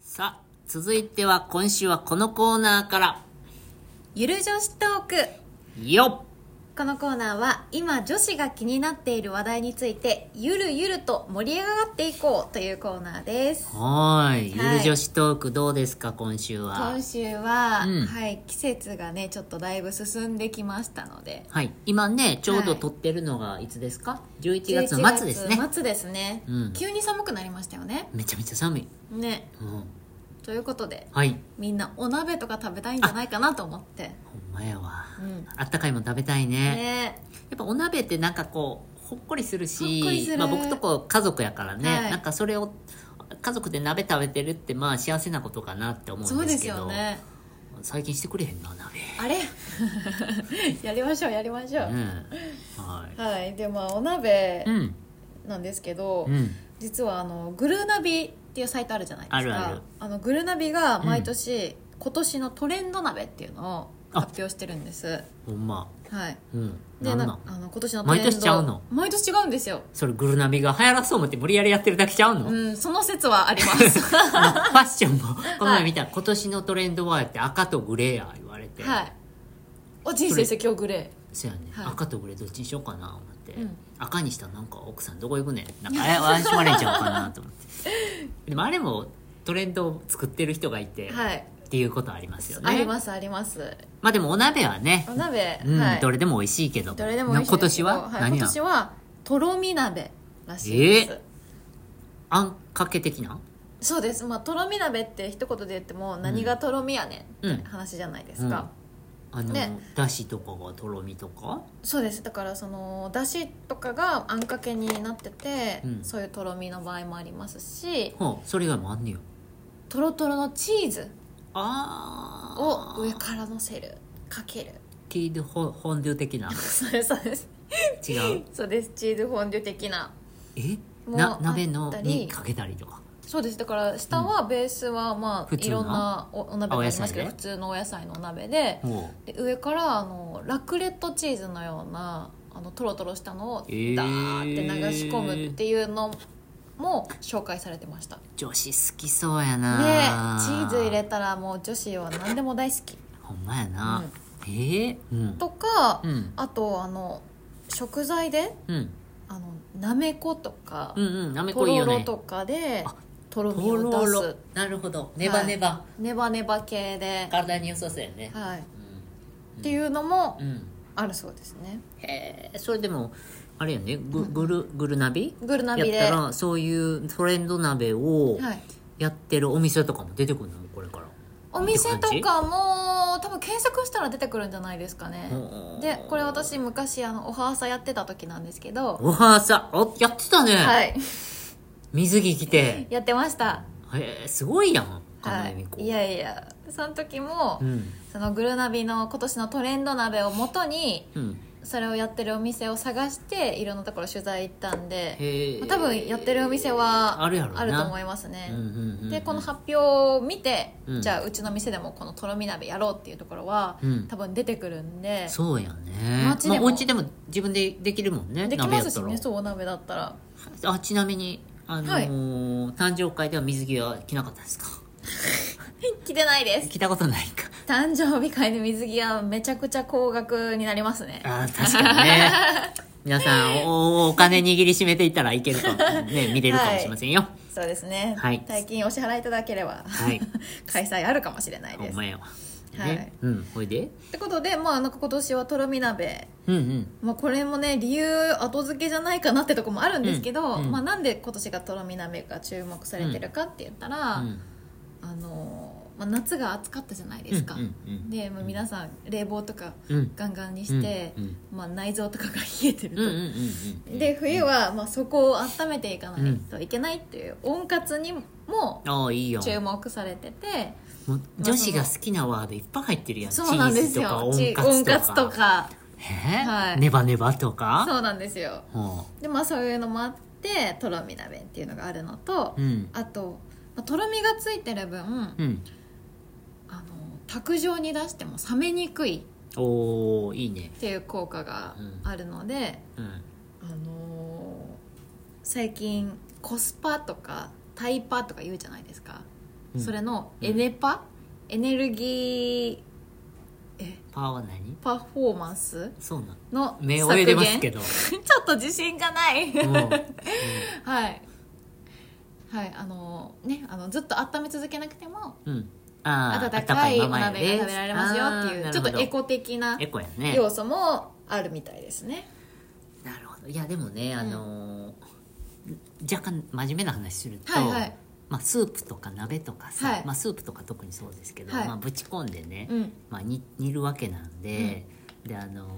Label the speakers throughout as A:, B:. A: さあ、続いては今週はこのコーナーから。
B: ゆる女子トーク
A: よっ
B: このコーナーは今女子が気になっている話題についてゆるゆると盛り上がっていこうというコーナーです
A: はーい。ゆ
B: はい
A: る女子トークどうですか、今週は
B: 今。週は、
A: うん
B: はい、季節がねちょっとだいぶ進んできましたので
A: はい。今ね、ちょうど
B: はい
A: 撮ってるのがいつですか、?11 月の末ですね
B: 11。月末ですね、
A: うん
B: 急に寒くなりましたよね
A: めちゃめちゃ寒い。
B: ね
A: うん。
B: ということで
A: はい。
B: みんなお鍋とか食べたいんじゃないかなと思って
A: ほんまやわ。
B: うん
A: あったかいもん食べたいね。
B: ね
A: やっぱお鍋ってなんかこう、ほっこりするし、
B: ほっこりする
A: まあ僕とこう家族やからね、
B: はい
A: なんかそれを、家族で鍋食べてるってまあ幸せなことかなって思
B: そううんで
A: ですすけ
B: よ
A: ど、
B: ね
A: 最近してくれへんな、鍋。
B: あれ やりましょうやりましょう、
A: うん。はい。
B: はいでまあお鍋
A: うん。
B: なんですけど、
A: うん。
B: 実はあのグルナビっていうサイトあるじゃないですか
A: あるある
B: あのグルナビが毎年、今年のトレンド鍋っていうのを
A: あ
B: 発表してるんです
A: ほんま。
B: はい
A: うん。な
B: で
A: んな
B: なんあの今年のトレンド
A: 毎年ちゃうの
B: 毎年違うんですよ
A: それグルナビが流行らそう思って無理やりやってるだけちゃうの、
B: う
A: うん
B: んその説はあります
A: ファッションも、この前見た、今年のトレンドはやって赤とグレーや言われて。
B: はいお人生今日グレ
A: そうやね、
B: はい
A: 赤とグレーどっちにしようかな思って、
B: うん
A: 赤にしたらなんか奥さんどこ行くねんなんか怪しまれちゃうかなと思 ってでもあれもトレンドを作ってる人がいて、
B: ーはい
A: っていうことありますよね
B: あり
A: す
B: ますあります
A: まあでもお鍋はね
B: お、鍋、
A: うん
B: はい
A: どれでも美味しいけど
B: どれでも美味しいですけ
A: 今
B: ど
A: 年は
B: はい、
A: 何
B: 今
A: な
B: 年
A: の
B: はとろみ鍋らしいです、
A: えーあんかけ的な
B: そうです、まあ、とろみ鍋って一言で言っても何がとろみやねんって話じゃないですか、
A: うんあの、
B: ね
A: だしとかがとろみとか
B: そうですだからそのだしとかがあんかけになってて、
A: うん
B: そういうとろみの場合もありますし
A: ほうそれ以外もあんねよ
B: とろとろのチーズ
A: ああ
B: を上からのせるかける
A: ティードホホンデュ的な
B: そうですそうです
A: 違う
B: そうですチーズフォンデュ的な
A: え
B: もうあ
A: な
B: ったり
A: 鍋のにかけたりとか
B: そうですだから下はベースはまあ
A: 普通
B: い
A: の
B: ろんなおお鍋がありますけ
A: あ
B: ど
A: お野菜ね
B: 普通のお野菜のお鍋で
A: ほう
B: で上からあのラクレットチーズのようなあのトロトロしたのをダ
A: えー
B: ーって流し込むっていうのも紹介されてました、
A: 女子好きそうや
B: ね
A: な
B: チーズ入れたらもう女子は何でも大好き
A: ほんまやな、ええうん
B: とか、
A: うん
B: あとあの食材で
A: うん
B: あのなめことか、
A: うんうんなめ
B: と
A: こいい
B: ろ
A: よ
B: ろ
A: ね
B: とかで
A: あ
B: とろみを出す
A: なるほどネバネバ、
B: ネバネバ系で、
A: 体に良さそうやね、
B: はい、っ
A: うん
B: ていうのも
A: うん、うん、
B: あるそうですね
A: へえそれでもあれやねぐぐるぐる鍋
B: グルナ
A: やっ
B: ビで
A: たらそういうトレンド鍋を
B: はい
A: やってるお店とかも出てくるのこれから
B: お店とかも多分検索したら出てくるんじゃないですかね
A: うん
B: でこれ私昔あのおはあさやってた時なんですけど
A: おはさあやってたね、
B: はい
A: 水着着て
B: やってました
A: へえすごいやん
B: は
A: 金井美
B: い
A: 子、
B: いやいやその時も、
A: うん
B: そのグルナビの今年のトレンド鍋をもとに
A: うん
B: それをやってるお店を探していろんなところ取材行ったんで
A: へえ
B: 多分やってるお店は
A: あるやろな
B: と思いますね、
A: うんうんうんうん
B: でこの発表を見て、
A: うん
B: じゃあうちの店でもこのとろみ鍋やろうっていうところは、
A: うん
B: 多分出てくるんで
A: そうやね
B: 街でも
A: まあ、お家でも自分でできるもんね
B: でき
A: 鍋
B: ま
A: や
B: す
A: った
B: し
A: ら
B: ねそうお鍋だったら
A: あちなみにあのー誕生会では水着は着なかったですか
B: 着てないです
A: 着たことないか
B: 誕生日会で水着はめちゃくちゃ高額になりますね
A: あー確かにね 皆さんおお金握りしめていったらいけるかもね見れるかもしれませんよ
B: そうですね、
A: はい
B: 大金お支払いいただければ、
A: はい
B: 開催あるかもしれない
A: ほ
B: で
A: ん
B: す
A: まやわね、
B: はい
A: うんほいで
B: ってことでまあなんか今年はとろみ鍋
A: うんうん
B: まあこれもね理由後付けじゃないかなってとこもあるんですけど、
A: うんうん
B: まあ、なんで今年がとろみ鍋が注目されてるかって言ったら、
A: うん
B: あのーまあ、夏が暑かったじゃないですか、
A: うんうん
B: で、まあ、皆さん冷房とか
A: うんうん
B: ガンガンにして、
A: うん
B: まあ、内臓とかが冷えてる
A: う
B: と、
A: んうんうん
B: で冬はまあそこを温めていかないといけないっていう温活にも
A: ああいいよ
B: 注目されてて
A: もう女子が好きなワードいっぱい入ってるやん
B: そうなんですよ
A: チーズとか
B: ち
A: 温活とか
B: とか
A: へえ、
B: はい
A: ネバネバとか
B: そうなんですよ
A: そ
B: でまあそういうのもあってとろみ鍋っていうのがあるのと、
A: うん
B: あと、まあ、とろみがついてる分、
A: うん
B: あの卓上に出しても冷めにくい
A: おおいいね
B: っていう効果があるので、
A: うん
B: あのー最近コスパとかタイパとか言うじゃないですか
A: うん
B: それのエネパ、エネルギーえ
A: パーは何
B: パフォーマンス
A: そうなん
B: の削減
A: 目を泳いでますけど
B: ちょっと自信がない、
A: うんうん
B: はいはいあのねあのずっと温め続けなくても
A: うんあーあ
B: 温かいお
A: まま
B: 鍋が食べられますよってい
A: あー
B: うちょ
A: なるほ
B: っと
A: ど
B: エコ的な
A: エコやね
B: 要素もあるみたいですね
A: なるほどいやでもね、あのー若干真面目な話すると、
B: はいはい
A: まあ、スープとか鍋とかさ、
B: はい
A: まあ、スープとか特にそうですけど、
B: はい
A: まあ、ぶち込んでね、
B: うん
A: まあ、煮煮るわけなんで、であの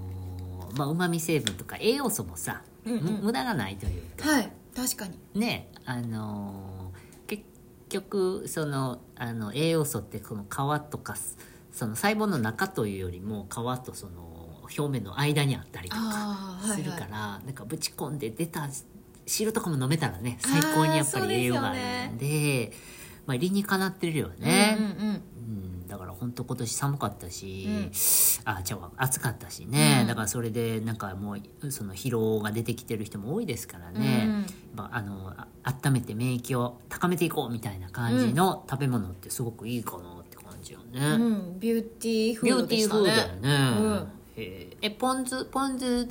A: ーまあ、うまみ成分とか栄養素もさ、
B: うんうん
A: む無駄がないというか、
B: はい確かに
A: ねあのー結局そのあの栄養素ってこの皮とかすその細胞の中というよりも皮とその表面の間にあったりとか。
B: ああ
A: するから、なんかぶち込んで出た汁とかも飲めたらね最高にやっぱ
B: あーそうです
A: り栄
B: よね
A: 養があるんでまあ、理にかなってるよね、う
B: うんんうんうん
A: だから本当今年寒かったし、
B: うん
A: あじゃあ暑かったしね、
B: うん
A: だからそれでなんかもうその疲労が出てきてる人も多いですからね、
B: うん
A: やっぱあのあ温めて免疫を高めていこうみたいな感じの食べ物ってすごくいいかなって感じよね。
B: うんビューティーフ
A: ビ
B: ー
A: ュー
B: ド
A: テ
B: で
A: ィー
B: し
A: フー
B: た
A: ド
B: ね
A: やね、
B: うん
A: へええポン酢ポン酢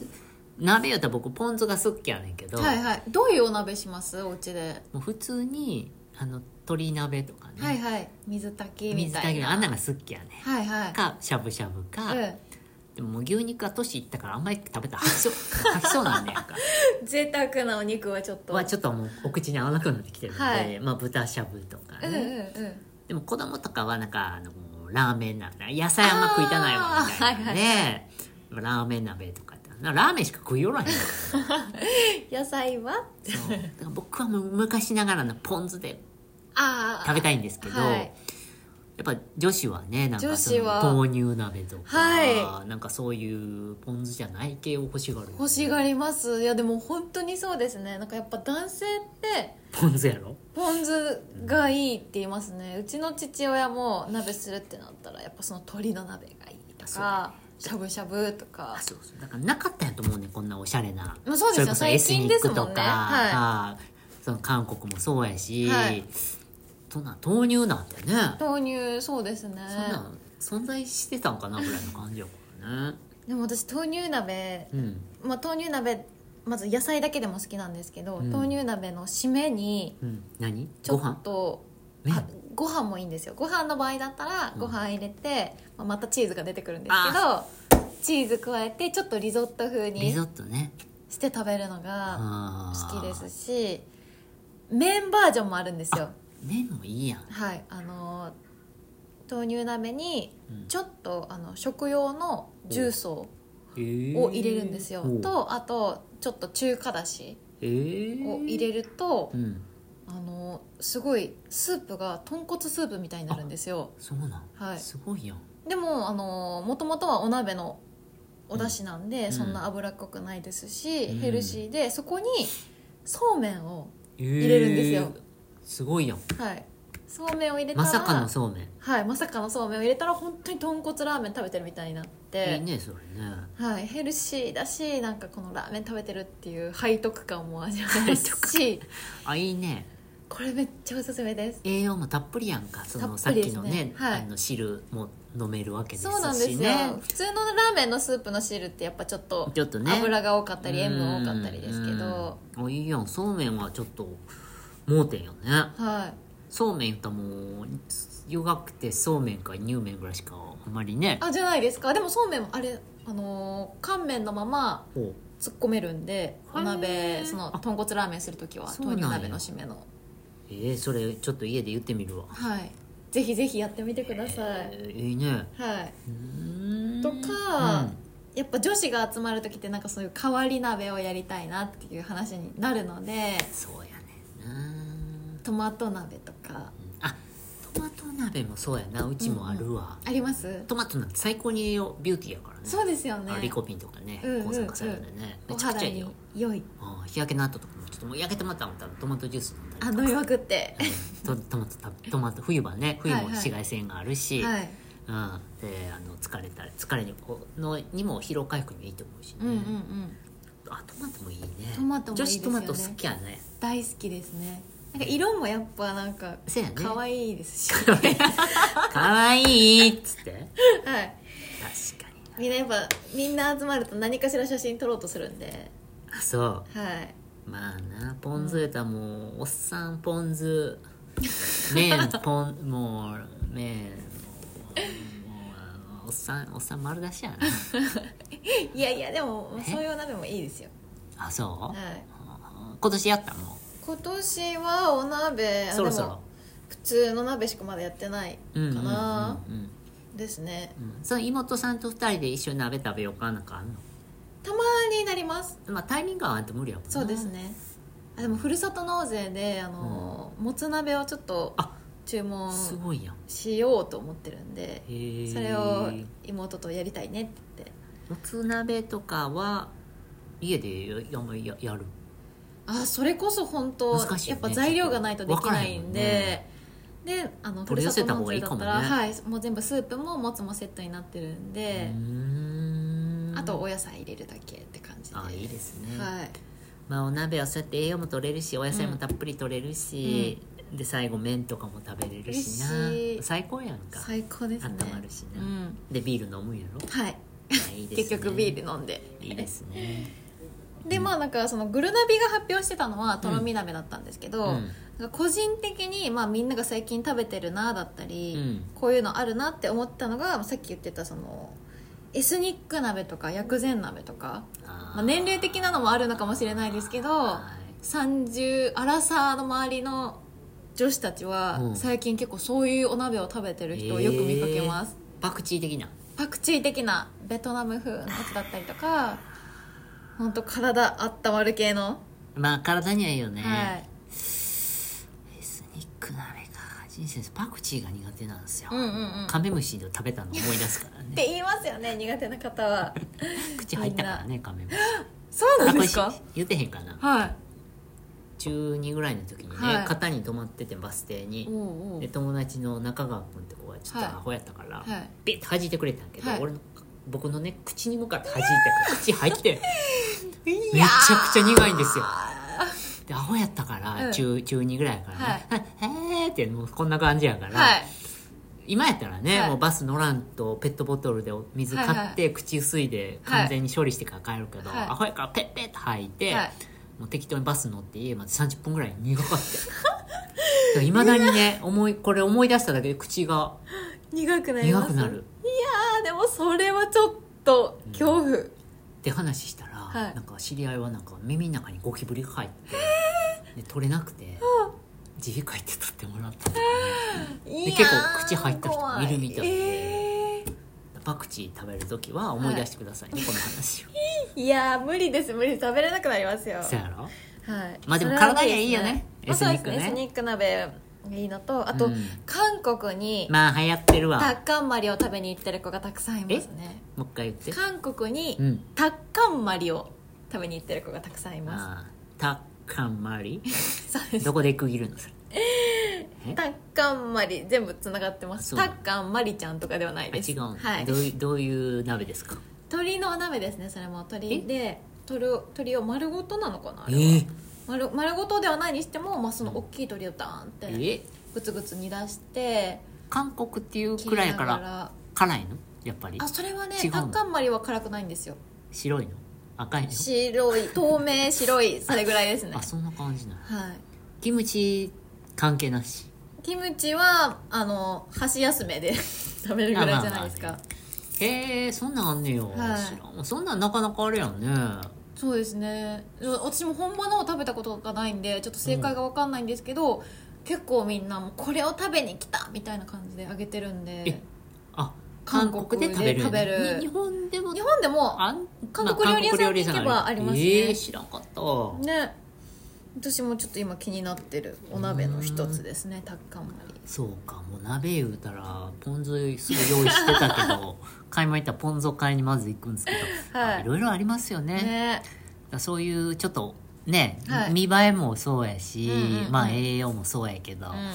A: 鍋やったら僕ポン酢が好きやねんけど、
B: はいはいどういうお鍋しますお家で
A: もう普通にあの鶏鍋とかね、
B: はいはい水炊きみ
A: 水
B: た
A: 炊き
B: いな
A: のあんなんが好きやね
B: はいはい
A: かしゃぶしゃぶか、
B: う
A: でももう牛肉は年いったからあんまり食べたら吐き そう吐きそうなんねやんか
B: ん贅沢なお肉はちょっと
A: はちょっともうお口に合わなくなってきてるので、
B: はい
A: まあ、豚しゃぶとかね、
B: うんうんうん
A: でも子供とかはなんかあのラーメン鍋野菜あんま食いたないわみたいなね、ラーメン鍋とかってなラーメンしか食いよらへんから
B: 野菜は
A: そうだから僕はもう昔ながらのポン酢で
B: ああ
A: 食べたいんですけど、
B: はい
A: やっぱ女子はねなんかそ
B: 女子は
A: の豆乳鍋とか、
B: は
A: なんかそういうポン酢じゃない系を欲しがる、
B: 欲しがりますいやでも本当にそうですねなんかやっぱ男性って
A: ポン酢やろ
B: ポン酢がいいって言いますねうちの父親も鍋するってなったらやっぱその鶏の鍋がいいとかしゃぶしゃぶとか
A: あそうそうだからなかったんやと思うねこんなおしゃれな、
B: まあそうですよ
A: れこ
B: 最近ですもんね
A: エスニックとか、
B: はい
A: その韓国もそうやし、
B: はい
A: そんな豆乳なんてね
B: 豆乳そうですね
A: そんなん存在してたんかなぐらいの感じやからね
B: でも私豆乳鍋、
A: うん
B: まあ、豆乳鍋まず野菜だけでも好きなんですけど、
A: うん
B: 豆乳鍋の締めに
A: うん何
B: ちょ
A: ご飯
B: っと
A: ね
B: あご飯もいいんですよご飯の場合だったら
A: うん
B: ご飯入れて、まあまたチーズが出てくるんですけどチーズ加えてちょっとリゾット風
A: リ
B: に
A: ゾットね
B: して食べるのが
A: 好
B: 好きですし麺バージョンもあるんですよ
A: 麺もいいやん
B: はいあの豆乳鍋に
A: うん
B: ちょっとあの食用の重曹を
A: を
B: 入れるんですよ、とあとちょっと中華だし
A: えー、
B: を入れると
A: う、ん
B: あのすごいスープが豚骨スープみたいになるんですよ
A: そうなん、
B: はい
A: すごいやん
B: でもあのもともとはお鍋のお出汁なんで、
A: うん
B: そんな脂っこくないですし、
A: うん
B: ヘルシーでそこにそうめんを
A: 入
B: れるんですよ
A: すごいやん
B: はいそうめんを入れた
A: ま
B: ら
A: さかのそうめん
B: はい、まさかのそうめんを入れたら本当に豚骨ラーメン食べてるみたいになっ
A: い
B: て
A: いねそれね
B: はい、ヘルシーだしなんかこのラーメン食べてるっていう背徳感も味わえますし
A: あいいね
B: これめっちゃおすすめです
A: 栄養もたっぷりやんかその
B: た
A: さ
B: っ
A: っ
B: ぷり
A: き
B: ですね
A: のね
B: はい
A: あの汁も飲めるわけですしね
B: そうなんですよ、普通のラーメンのスープの汁ってやっぱちょっと
A: ちょっとね
B: 油が多かったり塩分多かったりですけど、
A: うんうんあいいやんそうめんはちょっと盲点よね
B: は
A: そうめんともう弱くてそうめんか乳麺ぐらいしかあんまりね
B: いあじゃないですかでもそうめんもあれあのー乾麺のまま
A: ほう
B: 突っ込めるんでお
A: へ
B: 鍋
A: ー
B: その豚骨ラーメンする時は
A: そうな
B: 豆
A: ん
B: 乳
A: や
B: 鍋の締めの
A: えー、それちょっと家で言ってみるわ
B: はいぜひぜひやってみてください、
A: えーいいね
B: はい、と
A: と
B: か、やっぱ女子が集まる時ってなんかそういう変わり鍋をやりたいなっていう話になるので
A: そうやねんな
B: トマト鍋とか
A: あトマト鍋もそうやなうちもあるわ、
B: あります
A: トマトなんて最高に栄養ビューティーやからね
B: そうですよね
A: あリコピンとかね
B: うんうんうん
A: 抗酸化作用でね、
B: お
A: めちゃく
B: 肌
A: ちゃいい
B: に
A: よ
B: 良い
A: あー日焼けの後とかもちょっともう焼けてもらったらトマトジュース飲んだりと
B: あ飲
A: か
B: みまくって
A: うんトトマト食べトマト冬はね冬も
B: はいはい
A: 紫外線があるし、
B: はい
A: うん、であの疲れたり疲れにのにも疲労回復にもいいと思うしね、
B: うんうんうん
A: あトマトもいいね
B: トマトもいいですよね
A: 女子トマト好きやね
B: 大好きですねなんか色もやっぱなんか
A: そうやね
B: 可愛いですし、
A: かわいいっつって確
B: はい
A: か に
B: みんなやっぱみんな集まると何かしら写真撮ろうとするんで
A: あそう
B: はい
A: まあなポン酢やったらもうおっさんポン 酢麺ポンもう麺もうもうあのおっさんおっさん丸出しやな
B: いやいやでもまあ
A: え
B: そういうお鍋もいいですよ、
A: あそ
B: は
A: う、
B: い、
A: 今年やったも
B: 今年はお鍋
A: う
B: あ
A: そろそ
B: で
A: ろ
B: も普通の鍋しかまだやってないか
A: うんうんうんうん
B: な、ですね
A: うんその妹さんと二人で一緒に鍋食べようかなんかあんの
B: たまになります
A: まあタイミング合わんと無理やもんな
B: そうですねあでもふるさと納税であの、もつ鍋をちょっと
A: あ
B: 注文
A: すごいやん
B: しようと思ってるんで
A: へえ
B: それを妹とやりたいねって
A: もつ鍋とかは家でややんまりややる
B: あそれこそ本当、
A: 難しい
B: や
A: よ
B: っ
A: ね
B: ぱ材料がないとできないん
A: わからへん
B: で、であのふ
A: 取
B: る
A: り寄
B: さ
A: せ
B: と
A: た
B: 納
A: 方がい
B: 税
A: い
B: だ
A: かも
B: っ
A: ね
B: たら、はい、もう全部スープももつもセットになってるん
A: う
B: で、
A: ーん
B: あとお野菜入れるだけって感じで
A: あいいですね、
B: はい
A: まあ、お鍋はそうやって栄養も取れるしお野菜もたっぷり取れるし、で最後麺とかも食べれるしな
B: 嬉しい
A: 最高やんか
B: 最高ですね
A: 温まるし
B: う
A: な、
B: ん
A: でビール飲むん やろ
B: はい
A: あいいですね
B: 結局ビール飲んで
A: いいですね
B: でまあなんかそのグルナビが発表してたのはとろみ鍋だったんですけど、
A: うん
B: なんか個人的に、まあ、みんなが最近食べてるなだったり、
A: うん
B: こういうのあるなって思ったのがさっき言ってたそのエスニック鍋とか薬膳鍋とか、
A: ま
B: まあ、年齢的なのもあるのかもしれないですけど30アラサーの周りの女子たち
A: う
B: は
A: ん
B: 最近結構そういうお鍋を食べてる人をよく見かけます、
A: パクチー的な
B: パクチー的なベトナム風のやつだったりとか本当体温まる系の、
A: まあ体にはいいよね、
B: はい
A: エスニック鍋か人生パクチーが苦手なんですよ、
B: うんうんうん
A: カメムシで食べたの思い出すから
B: っ
A: ね
B: て言いますよね苦手な方は
A: 口入ったからねカメムシ
B: そうなんです
A: あこ
B: か
A: れ言ってへんかな
B: はい
A: 中2ぐらいの時にね、
B: はい
A: 肩に泊まっててバス停
B: お
A: に、
B: うおう
A: で友達の中川君って子がちょっと
B: は
A: ア
B: い
A: ホやったから、
B: はい
A: ビッて弾いてくれたんやけど、
B: はい
A: 俺の僕のね口に向かって弾いてから口入って
B: い
A: めち
B: や
A: ゃくちゃ苦いんですよでアホやったから、
B: うん
A: 中中2ぐらいやからね「えー」ってもうこんな感じやから、
B: はい
A: 今やったらね、
B: はい
A: もうバス乗らんとペットボトルでお水買って、
B: はい
A: 口すいで完全に処理してから帰るけど、
B: はい
A: アホやからペッペッと吐いて、
B: はい
A: もう適当にバス乗って家まで30分ぐらい苦かったいまだに ね思いこれ思い出しただけで口が
B: 苦くなりま
A: 苦
B: す
A: くなる
B: あーでもそれはちょっと恐怖、
A: って話したら、
B: はい
A: なんか知り合いはなんか耳の中にゴキブリが入ってで取れなくて自費帰って取ってもらったとか ね
B: いやー
A: 結構口入った人もいるみたいで
B: え
A: パクチー食べる時は思い出してくださいね、この話を
B: ーいやー無理です無理です食べれなくなりますよ
A: そうやろ
B: はい
A: まあでも
B: それは
A: 体にはいいよね
B: ですまあ
A: エスニックね
B: そうですエスニック鍋がいいのとあと、
A: うん
B: 韓国に
A: まあ流行ってるわ
B: タッカンマリを食べに行ってる子がたくさんいますね
A: もう一回言って
B: 韓国に
A: うん
B: タッカンマリを食べに行ってる子がたくさんいま
A: あータッカンマリ
B: すそうです
A: どこで区切るのそれえ
B: タッカンマリ全部つながってま
A: そ
B: す
A: う
B: タッカンマリちゃんとかではない
A: あ
B: です
A: 違うの、
B: はい
A: どういどういう鍋ですか
B: 鶏のお鍋ですねそれも鶏で鶏を鶏を丸ごとなのかなあ
A: え
B: れは
A: ー、
B: 丸丸ごとではないにしても、まあ、その大きい鶏をダーンっ
A: え
B: てグツグツ煮出して
A: 韓国っていう
B: 切
A: く
B: り
A: らい
B: な
A: や
B: が
A: から
B: ら
A: 辛いのやっぱり
B: あそれはね
A: 違う
B: タ
A: の
B: ッカンマリは辛くないんですよ
A: 白いの赤いの
B: 白い透明白 いそれぐらいですね
A: あそんな感じなの
B: はい
A: キムチ関係なし
B: キムチはあの箸休めで 食べるぐらいじゃないですか、
A: あまあまへえそんなんあんねよ、
B: はい
A: 知らんそんなんなかなかあれやんね
B: そうですね私も本場のを食べたことがないんでちょっと正解が分かんないんですけど、結構みんなもうこれを食べに来たみたいな感じであげてるんで
A: えあ韓
B: 韓
A: 国
B: 国
A: で食べる,、ね、
B: で食べる
A: に日本でも
B: 日本でも
A: あん
B: 韓国料理屋さんに行けばありますね
A: ええー知らんかった
B: ね私もちょっと今気になってるお鍋の一つですねタッカンマリ
A: そうかもう鍋言うたらポン酢すぐ用意してたけ ど買い物行ったらポン酢を買いにまず行くんですけど、
B: はい
A: まあいろいろありますよね
B: ね
A: だからそういうちょっとね、
B: はい
A: 見栄えもそうやし、
B: うんうんうん
A: まあ栄養もそうやけど、あなる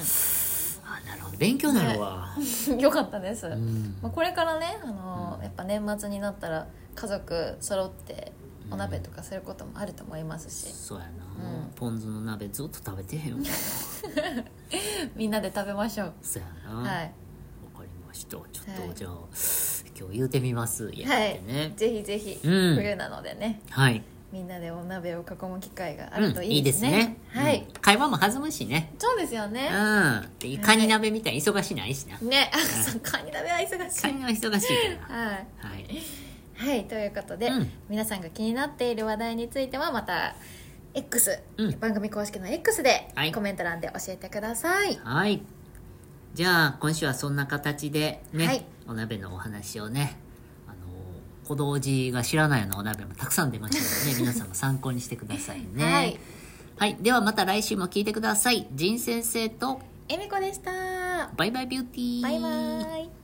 A: ほど勉強になるわ、
B: うん よかったです、
A: うん
B: まあ、これからねあの、
A: うん
B: やっぱ年末になったら家族揃って
A: う
B: お鍋とかすることもあると思いますし、
A: そうやな、
B: うん
A: ポン酢の鍋ずっと食べてへんよ
B: みんなで食べましょう
A: そうやなわ、
B: はい
A: かりましたちょっと、
B: はい
A: じゃあ今日言うてみます家ってね
B: ぜひぜひ、
A: うん
B: 冬なのでね
A: はい、
B: みんなでお鍋を囲む機会があ
A: う
B: る
A: ん
B: と
A: い
B: い
A: い
B: い
A: で
B: です
A: す
B: ね,、
A: ね、
B: はい、
A: うん会話も弾むしね
B: そうですよね、
A: うんカニ鍋みたいに忙しないしな、
B: ねあそうカニ鍋は忙し
A: カ
B: い
A: ニは忙しいから
B: はい
A: はい
B: はいということで、
A: うん
B: 皆さんが気になっている話題についてはまた X、
A: うん
B: 番組公式の X で
A: はい
B: コメント欄で教えてください、
A: はいじゃあ今週はそんな形でね、
B: はい
A: お鍋のお話をねあの小道寺が知らないようなお鍋もたくさん出ましたので、ね、皆さんも参考にしてくださいね
B: はい、
A: はいではまた来週も聞いてください仁先生と
B: えみこでした
A: バイバイビューティー
B: バイバーイ